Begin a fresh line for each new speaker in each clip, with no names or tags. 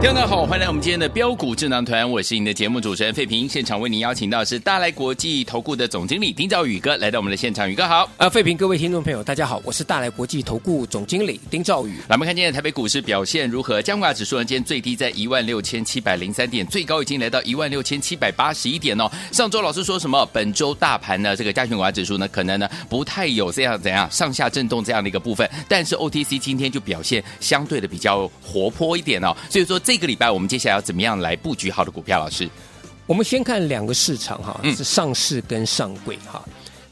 听众朋友好，欢迎来我们今天的标股智囊团，我是您的节目主持人费平。现场为您邀请到是大来国际投顾的总经理丁兆宇哥来到我们的现场，宇哥好。
啊，费平，各位听众朋友，大家好，我是大来国际投顾总经理丁兆宇。
来，我们看今天的台北股市表现如何？加权指数呢，今天最低在16,703点，最高已经来到16,781点哦。上周老师说什么？本周大盘呢，这个加权股价指数呢，可能呢不太有这样怎样上下震动这样的一个部分，但是 OTC 今天就表现相对的比较活泼一点哦。所以说这个礼拜我们接下来要怎么样来布局好的股票？老师，
我们先看两个市场哈，
嗯
是上市跟上柜哈。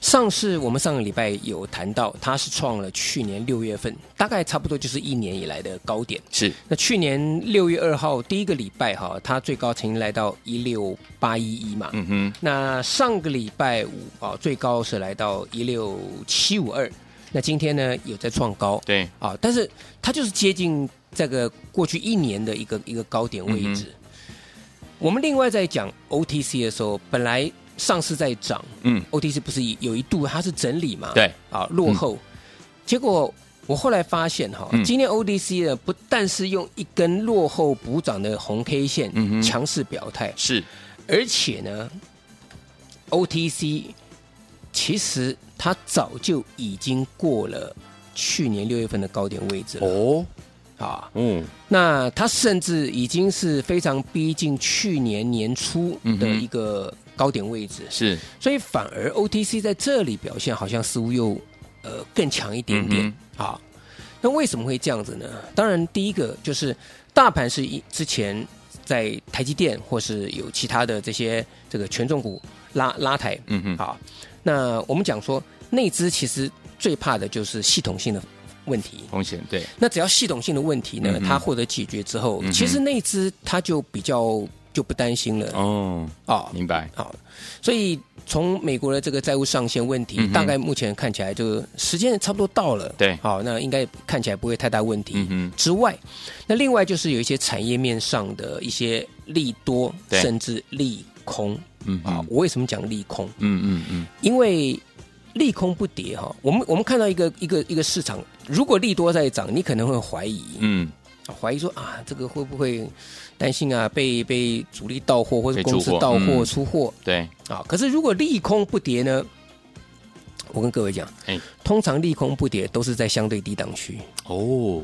上市我们上个礼拜有谈到，它是创了去年六月份，大概差不多就是一年以来的高点。
是
那去年六月二号第一个礼拜哈，它最高曾经来到一六八一一嘛，
嗯哼，
那上个礼拜五啊，最高是来到一六七五二，那今天呢有在创高，
对，
啊，但是它就是接近这个过去一年的一个一个高点位置。我们另外在讲 OTC 的时候，本来上市在涨
嗯，
，OTC 不是有一度它是整理嘛？
对，
啊，落后。结果我后来发现哈、
嗯
今天 OTC 呢不但是用一根落后补涨的红 K 线、
嗯哼
强势表态，
是
而且呢，OTC 其实它早就已经过了去年六月份的高点位置了、
哦，
啊。
嗯，
那它甚至已经是非常逼近去年年初
嗯
的
哼
一个高点位置，
是
所以反而 OTC 在这里表现好像似乎又呃更强一点点
嗯
啊。那为什么会这样子呢？当然，第一个就是大盘是一之前在台积电或是有其他的这些这个权重股拉拉抬
嗯哼，
啊。那我们讲说内资其实最怕的就是系统性的问题。
风险对，
那只要系统性的问题呢
嗯，哼
它获得解决之后
嗯，哼
其实内资它就比较就不担心了
哦，
啊。
明白，
好，所以从美国的这个债务上限问题，
嗯哼
大概目前看起来就时间差不多到了。
对
好，那应该看起来不会太大问题。
嗯哼。
之外，那另外就是有一些产业面上的一些利多，
对
甚至利空
嗯
啊
好，。
我为什么讲利空？
嗯嗯嗯，
因为利空不跌哈。我们我们看到一个一个一个市场，如果利多在涨，你可能会怀疑，
嗯，
怀疑说啊，这个会不会担心啊被被主力到货或者
被
公司
出货
到货、
嗯
出货？
对，
啊。可是如果利空不跌呢？我跟各位讲，
哎
通常利空不跌都是在相对低档区。
哦，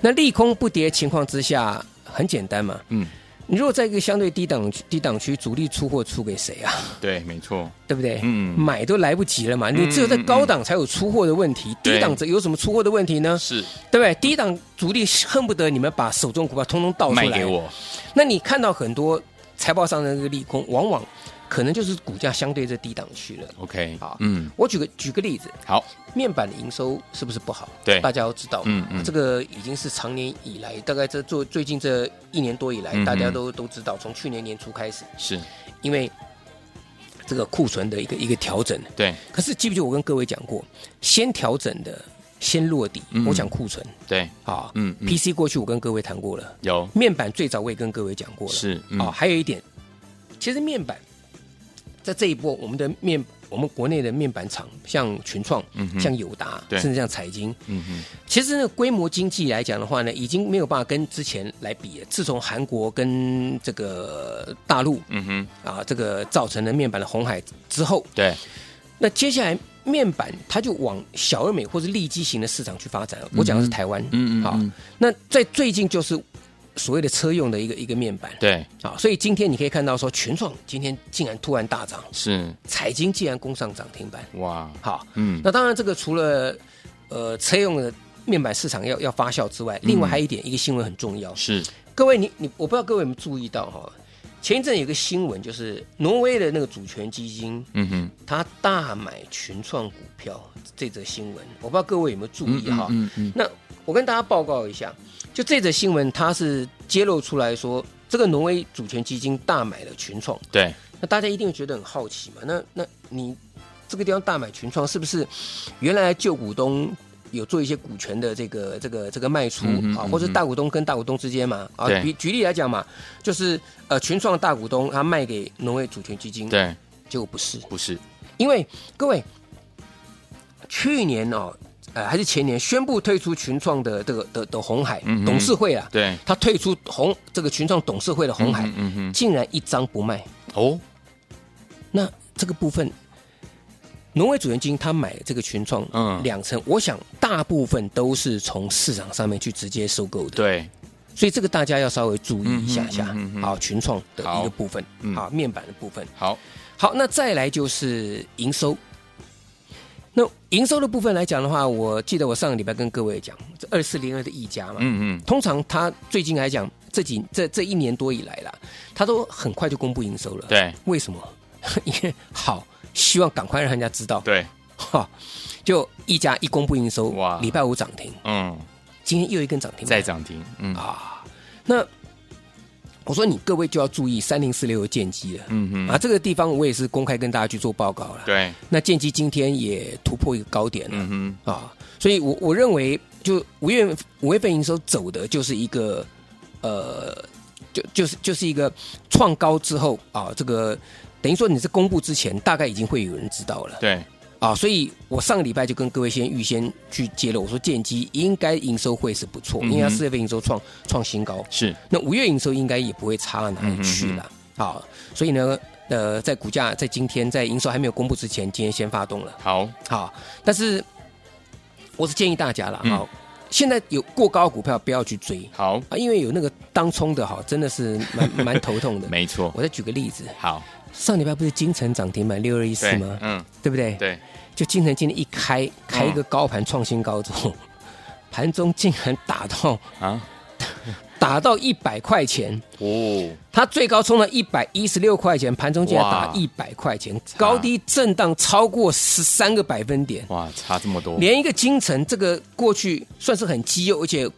那利空不跌情况之下，很简单嘛。
嗯，
你如果在一个相对低档区低档区，主力出货出给谁啊？
对，没错，
对不对？
嗯，
买都来不及了嘛。你只有在高档才有出货的问题，
对
低档这有什么出货的问题呢？
是
对不对？低档主力恨不得你们把手中股票通通倒出
卖
来
给我，
那你看到很多财报上的那个利空，往往可能就是股价相对在低档区了。
，OK，
好
嗯，
我举个举个例子，
好，
面板的营收是不是不好？
对
大家要知道，啊
嗯嗯
这个已经是常年以来，大概这做最近这一年多以来，
嗯哼
大家都都知道，从去年年初开始，
是
因为这个库存的一个一个调整。
对，
可是记不记得我跟各位讲过，先调整的先落底，
嗯
我讲库存
对，
啊，
嗯嗯
p c 过去我跟各位谈过了，
有，
面板最早我也跟各位讲过了，
是，嗯
哦，，还有一点，其实面板在这一波，我们的面，我们国内的面板厂，像群创、
嗯哼
像友达，
对
甚至像彩晶，
嗯哼，
其实那个规模经济来讲的话呢，已经没有办法跟之前来比了。自从韩国跟这个大陆
嗯哼，
啊，这个造成了面板的红海之后，
对，
那接下来面板它就往小而美或是利基型的市场去发展了。我讲的是台湾，
嗯嗯，
好
嗯，
那在最近就是所谓的车用的一个一个面板。
对，
啊，所以今天你可以看到说，群创今天竟然突然大涨，
是，
彩晶竟然攻上涨停板。
哇，
好，
嗯，
那当然这个除了呃车用的面板市场要要
嗯
发酵之外，另外还有一点、一个新闻很重要。
是，
各位你你我不知道各位有没有注意到哈、前一阵有个新闻，就是挪威的那个主权基金，
嗯哼，
他大买群创股票，这则新闻，我不知道各位有没有注意哈。
嗯嗯
那我跟大家报告一下，就这则新闻，它是揭露出来说，这个挪威主权基金大买了群创，
对，
那大家一定会觉得很好奇嘛。那那你这个地方大买群创，是不是 原来旧股东有做一些股权的这个这个这个卖出、
嗯哼
啊
嗯，哼
或者大股东跟大股东之间嘛？啊
对，
举举例来讲嘛，就是呃群创大股东他卖给农业主权基金，，
对，
结果不是，
不是，
因为各位去年哦。呃，还是前年宣布退出群创的这个的的红海、
嗯哼
董事会啊，
对，
他退出红这个群创董事会的红海，
嗯嗯嗯
竟然一张不卖，
哼，哦，
那这个部分，农委主权基金他买这个群创，
嗯
嗯，两成，我想大部分都是从市场上面去直接收购的，
对，
所以这个大家要稍微注意一下下，
嗯哼嗯哼嗯哼
好，群创的一
好
个部分，
嗯
好，面板的部分，
好，
好，那再来就是营收。那营收的部分来讲的话，我记得我上个礼拜跟各位讲，这二四零二的溢价嘛，
嗯嗯，
通常它最近来讲，这几这这一年多以来啦，它都很快就公布营收了，
对
为什么？ 因为好，希望赶快让人家知道。
对，
哈、就一家一公布营收，
哇
哇，礼拜五涨停，
嗯，
今天又一根涨停，啊
再。涨停，嗯
那我说你各位就要注意三零四六的剑机了。
嗯
啊，
哼，
这个地方我也是公开跟大家去做报告了。
对，
那剑机今天也突破一个高点了、
嗯
啊，所以我我认为就五月五月份营收走的就是一个呃，就就是就是一个创高之后啊，这个等于说你是公布之前，大概已经会有人知道了
哼，。对，
啊，所以我上个礼拜就跟各位先预先去揭露，我说建机应该营收会是不错，
嗯哼
因为它四月份营收创创新高，
是，
那五月营收应该也不会差到哪
嗯
里去了。啊，所以呢，呃，在股价在今天在营收还没有公布之前，今天先发动了。
好，
好，但是我是建议大家了，
嗯
好，现在有过高的股票不要去追
好，
啊，因为有那个当冲的，哈，真的是 蛮蛮头痛的。
没错，
我再举个例子，
好，
上礼拜不是金城涨停板六二一四
对，
吗？
嗯，
对不对？
对，
就金城今天一开开一个高盘创新高之后，
嗯
盘中竟然打到
啊，
打到一百块钱，
哦，
它最高冲到一百一十六块钱，盘中竟然打
哇
一百块钱，高低震荡超过十三个百分点，
哇，差这么多，
连一个金城这个过去算是很基优，而且。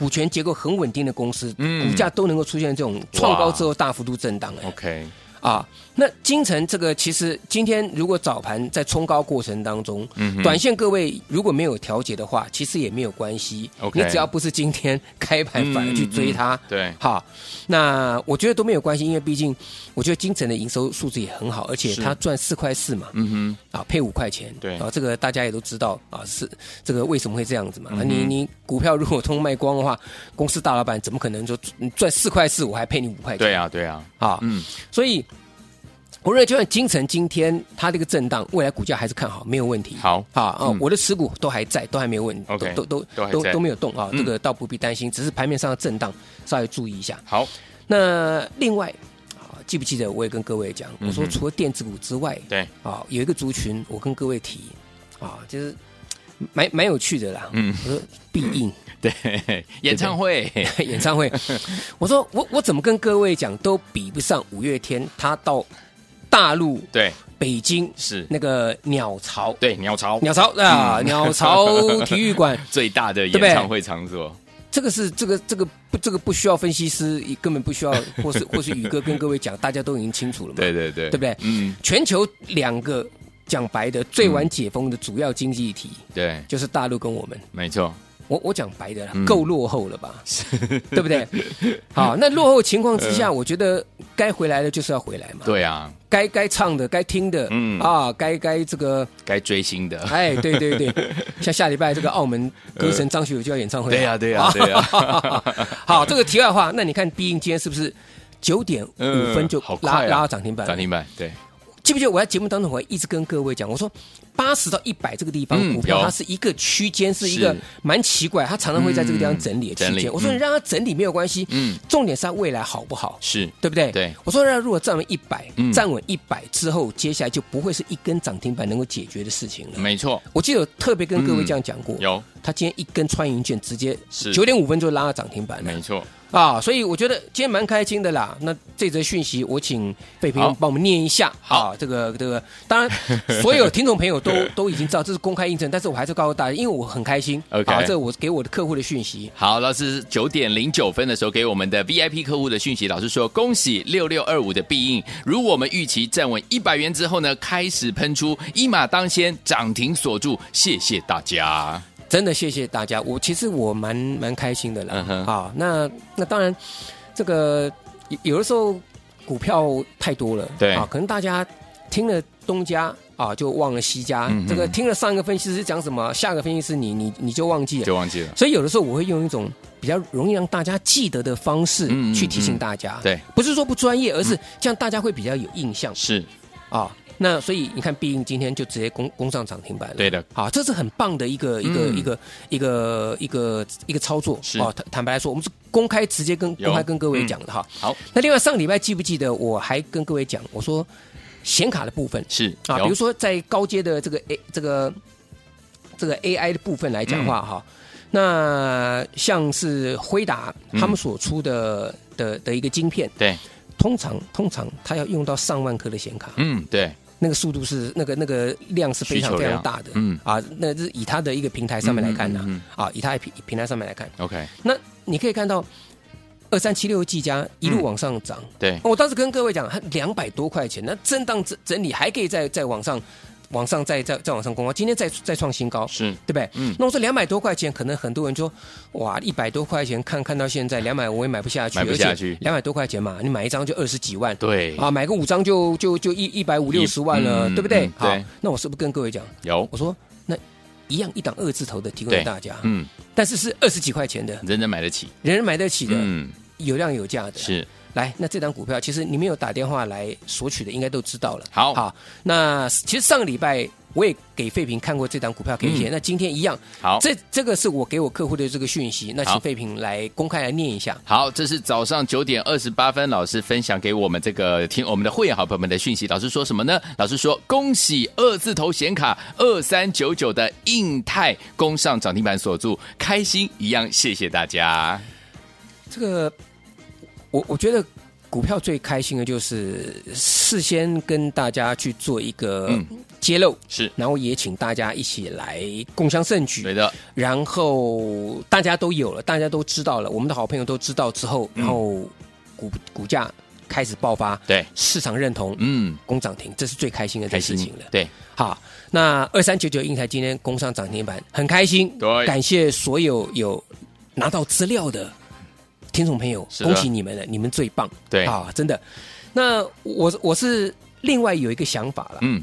股权结构很稳定的公司，
嗯哦
股价都能够出现这种创高之后大幅度震荡、哎
OK，
啊，那金城这个其实今天如果早盘在冲高过程当中，
嗯哼
短线各位如果没有调节的话，其实也没有关系。
OK
你只要不是今天开盘反而去追
嗯
它，
嗯嗯对
好，那我觉得都没有关系，因为毕竟我觉得金城的营收数字也很好，而且
是
它赚四块四嘛，
嗯哼，
啊，配五块钱，
对
啊，这个大家也都知道啊，是这个为什么会这样子嘛？
嗯
啊你你股票如果通卖光的话，公司大老板怎么可能说你赚四块四我还配你五块钱？
对啊，对啊，
啊，
嗯，
所以我认为，就算金城今天它这个震荡，未来股价还是看好，没有问题。
好，
啊啊、
嗯
我的持股都还在，都还没有问
OK，
都都
都还
都
在
没有动啊，
嗯
这个倒不必担心，只是盘面上的震荡稍微注意一下。
好，
那另外。啊，记不记得我也跟各位讲，我说
嗯哼
除了电子股之外，
对，
啊，有一个族群我跟各位提，啊，就是蛮蛮有趣的啦。
嗯，
我说必 应
对，演唱会，
演唱会，我说我我怎么跟各位讲都比不上五月天，他到大陆
对，
北京
是，
那个鸟巢，
对，鸟巢，
鸟巢啊，
嗯，
鸟巢体育馆
最大的演
对不对
唱会场所，
这个是这个这个不这个不需要分析师，也根本不需要，或是或是宇哥跟各位讲，大家都已经清楚了嘛，
对对对，
对不对？
嗯，
全球两个讲白的最晚解封的主要经济体。
对，
就是大陆跟我们，
没错，
我我讲白的啦
嗯，
够落后了吧， 对不对？ 好，那落后情况之下，我觉得该回来的就是要回来嘛，
嗯对啊，
该该唱的、该听的，
嗯
啊，该该这个
该追星的，
哎，对 对对，像下礼拜这个澳门歌神张学友就要演唱会了、
对呀对呀对呀
好，这个题外话，那你看必应今天是不是九点五分就
嗯好快
拉、
啊
拉到涨停板？
涨停板，对，
记不记得我在节目当中我还一直跟各位讲，我说八十到一百这个地方、
嗯
股票
有
它是一个区间，是一个
是
蛮奇怪，它常常会在这个地方整
嗯
理的区
整理
间。我说
嗯
你让它整理没有关系，
嗯，
重点是它未来好不好。
是，
对不对？
对，
我说那如果站稳一百、
嗯
站稳一百之后，接下来就不会是一根涨停板能够解决的事情了。
没错，
我记得有特别跟各位这样讲过，
有，
他今天一根穿云箭直接
是
九点五分就拉到涨停板了
没。错，
啊，所以我觉得今天蛮开心的啦。那这则讯息，我请费平
好
帮我们念一下。
好
啊，这个这个，当然所有听众朋友都都已经知道这是公开印证，但是我还是告诉大家，因为我很开心。
OK
啊，这我给我的客户的讯息。
好，老师九点零九分的时候给我们的 VIP 客户的讯息，老师说恭喜六六二五的必应，如我们预期站稳一百元之后呢，开始喷出一马当先，涨停锁住，谢谢大家。
真的谢谢大家，我其实我蛮蛮开心的啦。
嗯哼
啊，那那当然，这个有有的时候股票太多了，
对
啊，可能大家听了东家啊，就忘了西家，
嗯哼
这个听了上一个分析师讲什么，下个分析师你你你就忘记了。
就忘记了，
所以有的时候我会用一种比较容易让大家记得的方式
嗯嗯
去提醒大家，
对，嗯
不是说不专业，而是这样大家会比较有印象。
是
啊、那所以你看，必应今天就直接攻攻上涨停板了。
对的
好，这是很棒的一个一个、
嗯
一个一个一个一个操作。哦
是
坦坦白来说，我们是公开直接跟
有
公开跟各位
嗯
讲的哈。
好，
那另外上礼拜记不记得我还跟各位讲，我说显卡的部分
是
啊，
有
比如说在高阶的这个 A 这个这个 AI 的部分来
嗯
讲话哈、那像是辉达
嗯
他们所出的、的的一个晶片，
对，
通常通常它要用到上万颗的显卡。
嗯，对，
那个速度是那个那个量是非
需
常
求
非
量
常大的，
嗯
啊，那是以它的一个平台上面来看呢、啊，
嗯嗯
以它的平平台上面来看，
，OK，
那你可以看到二三七六技嘉一
嗯
路往上涨，
对，
哦我当时跟各位讲，它两百多块钱，那震荡整整理还可以再再往上，往上再再再往上攻啊，今天再再创新高，
是，
对不对？
嗯
那我说两百多块钱，可能很多人说，哇，一百多块钱看看到现在两百我也买不下去，
买不下去
两百多块钱嘛，你买一张就二十几万，
对，
啊，买个五张就就就一一百五六十万了，
嗯
对不对？
嗯
好
对，
那我是不是跟各位讲，
有，
啊我说那一样一档二字头的提供
对
给大家，
嗯，
但是是二十几块钱的，
人人买得起，
人人买得起的，
嗯，
有量有价的。
是，
来，那这档股票其实你们有打电话来索取的，应该都知道了。
好
好，那其实上个礼拜我也给费平看过这档股票 K 线，那今天一样，
嗯好。
这这个是我给我客户的这个讯息，那
好
请费平来公开来念一下。
好，这是早上九点二十八分，老师分享给我们这个听我们的会员好朋友们的讯息。老师说什么呢？老师说恭喜二字头显卡二三九九的印泰攻上涨停板锁住，开心一样，谢谢大家。
这个，我我觉得股票最开心的就是事先跟大家去做一个
嗯
揭露，
是
然后也请大家一起来共襄盛举
对。的，
然后大家都有了，大家都知道了，我们的好朋友都知道之后，然后股股价开始爆发，
对，
市场认同，
嗯，
攻涨停，这是最开心的一
开
件事
心
情了。
对，
好，那二三九九英台今天攻上涨停板，很开心。
对
感谢所有有拿到资料的听众朋友，
是的
恭喜你们了，你们最棒。
对
啊，真的。那我我是另外有一个想法了，
嗯，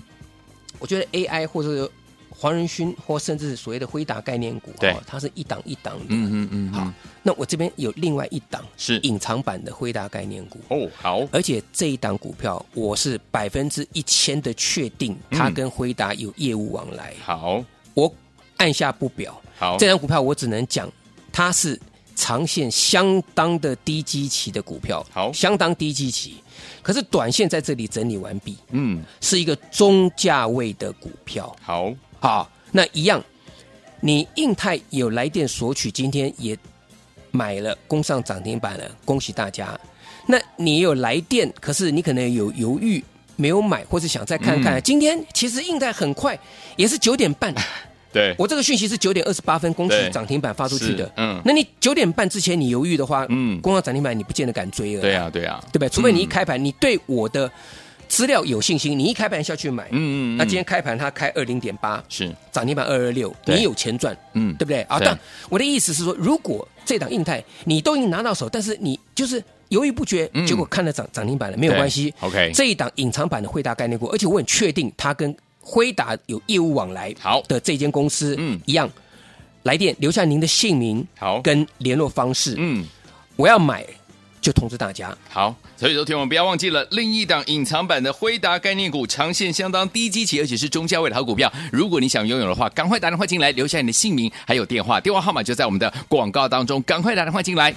我觉得 AI 或者黄仁勋或甚至所谓的辉达概念股，
对
哦它是一档一档的。
嗯嗯嗯，
好
好，，
那我这边有另外一档
是
隐藏版的辉达概念股。
哦，好，
而且这一档股票，我是百分之一千的确定，它
嗯
跟辉达有业务往来，
好，
我按下不表。
好
这，档股票我只能讲，它是长线相当的低基期的股票，
好
相当低基期。可是短线在这里整理完毕，
嗯，
是一个中价位的股票。
好，
好，那一样，你印泰有来电索取，今天也买了，攻上涨停板了，恭喜大家。那你有来电，可是你可能有犹豫，没有买，或者想再看看。
嗯
今天其实印泰很快，也是九点半，
对，
我这个讯息是九点二十八分恭
对
喜涨停板发出去的
是。嗯
那你九点半之前你犹豫的话，
嗯
嗯，攻上涨停板你不见得敢追了，
对啊，对啊，
对不对？除非你一开盘，你对我的资料有信心，你一开盘下去买。
嗯嗯，嗯
那今天开盘它开二零点八，
是，
涨停板二二六，
对
你有钱赚，
嗯
对不对啊？
对
但我的意思是说，如果这档印泰你都已经拿到手，但是你就是犹豫不决，
嗯
结果看了涨涨停板了，没有
对
关系。
OK
这一档隐藏版的惠达概念股，而且我很确定它跟辉达有业务往来，
好
的这间公司，
嗯
嗯，一样，来电留下您的姓名，
好
跟联络方式，
嗯。
我要买就通知大家。
好，所以说，听我们不要忘记了，另一档隐藏版的辉达概念股，长线相当低基期，而且是中价位的好股票。如果你想拥有的话，赶快打电话进来，留下你的姓名还有电话，电话号码就在我们的广告当中，赶快打电话进来。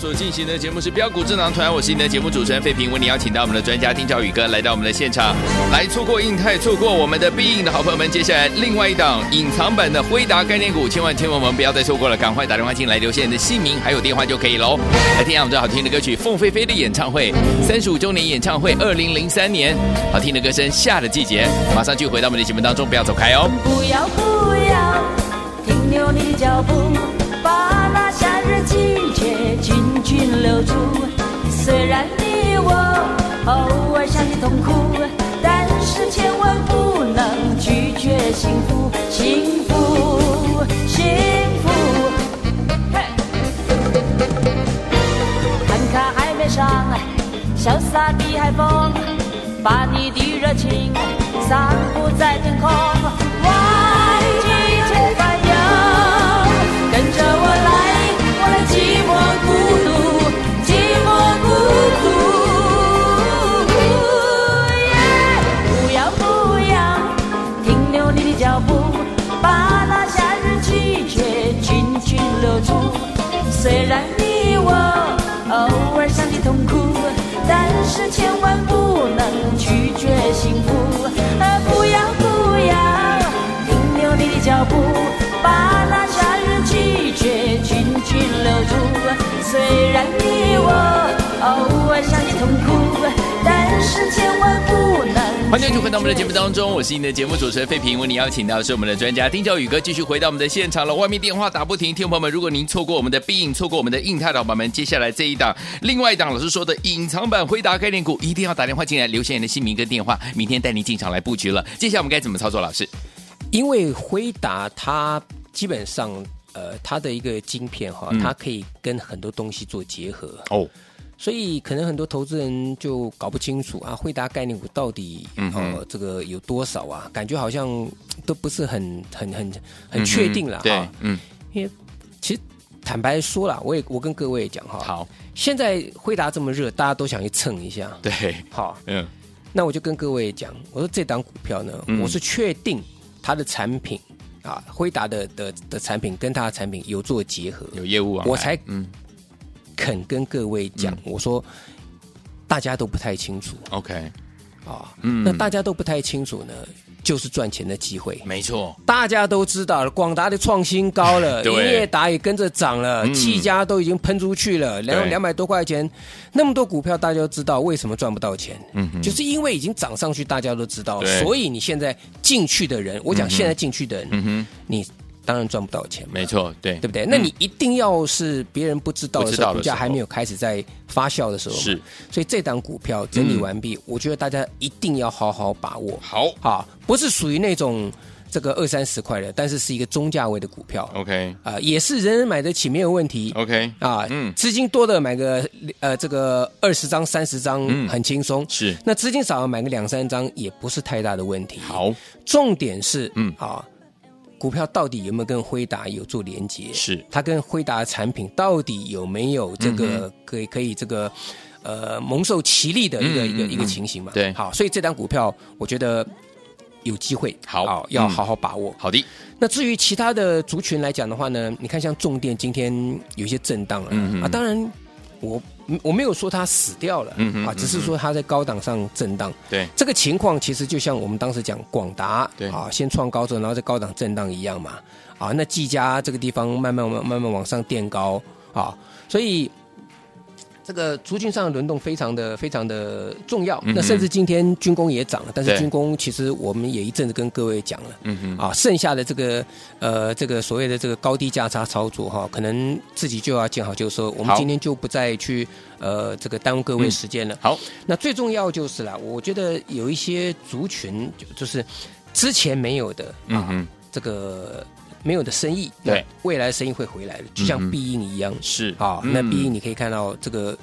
所进行的节目是标股智囊团，我是你的节目主持人费平，为你邀请到我们的专家丁兆宇哥来到我们的现场，来错过印太，错过我们的必应的好朋友们，接下来另外一档隐藏版的辉达概念股，千万千万我们不要再错过了，赶快打电话进来留下你的姓名还有电话就可以喽。来听一下我们这好听的歌曲《凤飞飞的演唱会》，三十五周年演唱会，二零零三年，好听的歌声，夏的季节，马上就回到我们的节目当中，不要走开哦。
不要不要停留你的脚步，把那夏日季节尽情留住。虽然你我偶尔想起痛苦，但是千万不能拒绝幸福，幸福，幸福。看看海面上潇洒的海风，把你的热情散布在天空。忘记前烦忧，跟着我来，我的寂寞孤独，寂寞孤独。耶不要不要，停留你的脚步，把那夏日季节尽情留住。虽然你我偶尔想起痛苦，但是千万不能拒绝幸福。啊，不要不要，停留你的脚步，把那夏日季节紧紧留住。虽然你我偶尔想起痛苦，但是千万不能。
欢迎继续回到我们的节目当中，我是你的节目主持人费平，为你邀请到的是我们的专家丁兆宇哥，继续回到我们的现场了。外面电话打不停，听众朋友们，如果您错过我们的必应，错过我们的印太老板们，接下来这一档，另外一档老师说的隐藏版回答概念股，一定要打电话进来，留下你的姓名跟电话，明天带您进场来布局了。接下来我们该怎么操作？老师，
因为辉达它基本上呃它的一个晶片哈，
嗯
它可以跟很多东西做结合，
哦，
所以可能很多投资人就搞不清楚啊，惠达概念股到底
嗯哼
呃这个有多少啊？感觉好像都不是很很很很确定
嗯
了哦
对
哈。，
嗯，
因为其实坦白说了，我也我跟各位也讲哈，，
好，
现在惠达这么热，大家都想去蹭一下。
对，
好，
嗯，
那我就跟各位讲，我说这档股票呢，
嗯
我是确定它的产品啊，辉达的的的产品跟它的产品有做结合，
有业务啊，
我才
嗯
肯跟各位讲，我说大家都不太清楚
，OK，
啊，
嗯
那大家都不太清楚呢，就是赚钱的机会。
没错，
大家都知道了，广达的创新高 了，
对
英业达也跟着涨了，
嗯
技嘉都已经喷出去了，两
对
两百多块钱，那么多股票，大家都知道为什么赚不到钱，
嗯哼
就是因为已经涨上去，大家都知道了，
对嗯
所以你现在进去的人，我讲现在进去的人，
哼
你当然赚不到钱嘛，
没错，对，
对不对？那你一定要是别人不知道
嗯
的
不知
时
道的
候，股价
时候
还没有开始在发酵的时候，
是，
所以这档股票整理完毕，我觉得大家一定要好好把握。
好
好，不是属于那种这个二三十块的，但是是一个中价位的股票，啊、
，OK，OK，
也是人人买得起，没有问题。啊，
嗯
资金多的买个呃这个二十张、三十张
嗯
很轻松，
是
那资金少的买个两三张也不是太大的问题。，
好，
重点是，
嗯
嗯啊，股票到底有没有跟辉达有做连接？
是
它跟辉达的产品到底有没有这
嗯
个、可以可以这个呃蒙受其利的一个、
嗯
一个
嗯
一个情形嘛？
对
好，所以这单股票我觉得有机会，
好
啊要
嗯
好好把握。
好的，
那至于其他的族群来讲的话呢，你看像重电今天有一些震荡了、
嗯嗯
啊，当然我我没有说它死掉了，
嗯嗯
啊，
嗯
只是说它在高档上震荡。
对，
这个情况其实就像我们当时讲广达，
对
啊，先创高之后，然后在高档震荡一样嘛，啊，那技嘉这个地方慢慢慢慢慢往上垫高啊，所以这个族群上的轮动非常的非常的重要。
嗯哼
那甚至今天军工也涨了，但是
对
军工其实我们也一阵子跟各位讲了。
嗯哼，
啊，剩下的这个呃，这个所谓的这个高低价差操作哈、可能自己就要见好就收。我们
好嗯
今天就不再去呃这个耽误各位时间了。
好，
那最重要就是啦，我觉得有一些族群就就是之前没有的
嗯
啊，
哼，
这个没有的生意，
对，
未来生意会回来的，
嗯
就
哼
像必应一样。
是
啊，
嗯
那必应你可以看到这个。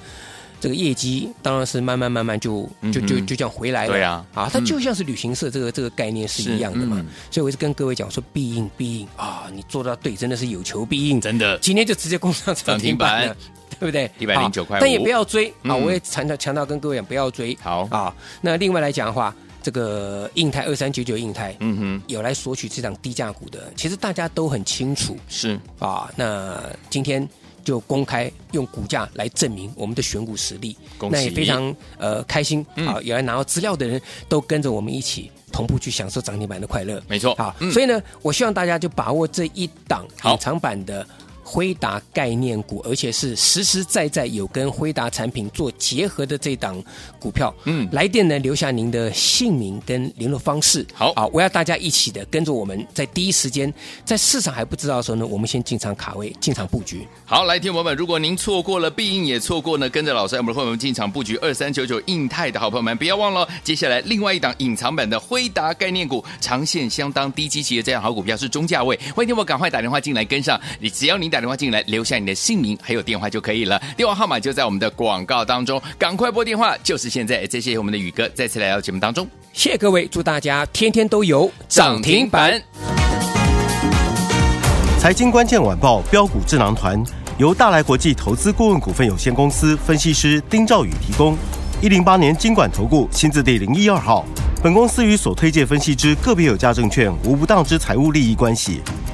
这个业绩当然是慢慢慢慢就就就
嗯哼
就这样回来了，
对啊
啊，它就像是旅行社这个这个概念是一样的嘛，
是嗯
所以我一直跟各位讲说必应必应啊，你做到对真的是有求必应，
真的
今天就直接攻上涨停板了，对不对？
109块
好但也
五
不要追啊！
嗯
我也强调强调跟各位讲，不要追。
好
啊，那另外来讲的话，这个印泰二三九九印泰，
嗯哼，
有来索取这档低价股的，其实大家都很清楚
是
啊。那今天就公开用股价来证明我们的选股实力。
恭喜嗯
那也非常呃开心啊！有来拿到资料的人都跟着我们一起同步去享受涨停板的快乐。
没错
好，
嗯
所以呢，我希望大家就把握这一档
好
隐藏版的。辉达概念股，而且是实实在在有跟辉达产品做结合的这档股票，
嗯
来电呢留下您的姓名跟联络方式，
好
啊，我要大家一起的跟着我们，在第一时间，在市场还不知道的时候呢，我们先进场卡位，进场布局。
好，来，听众朋友们，如果您错过了，必应也错过呢，跟着老师我们的会员们进场布局二三九九印泰的好朋友们，不要忘了哦，接下来另外一档隐藏版的辉达概念股，长线相当低基期的这样好股票是中价位，欢迎听我赶快打电话进来跟上，你只要您打电话进来，留下你的姓名还有电话就可以了，电话号码就在我们的广告当中，赶快拨电话，就是现在。再谢谢我们的宇哥再次来到节目当中，
谢谢各位，祝大家天天都有涨停板。。
财经关键晚报标股智囊团由大来国际投资顾问股份有限公司分析师丁兆宇提供。一零八年经管投顾新字第零一二号。本公司与所推介分析之个别有价证券无不当之财务利益关系。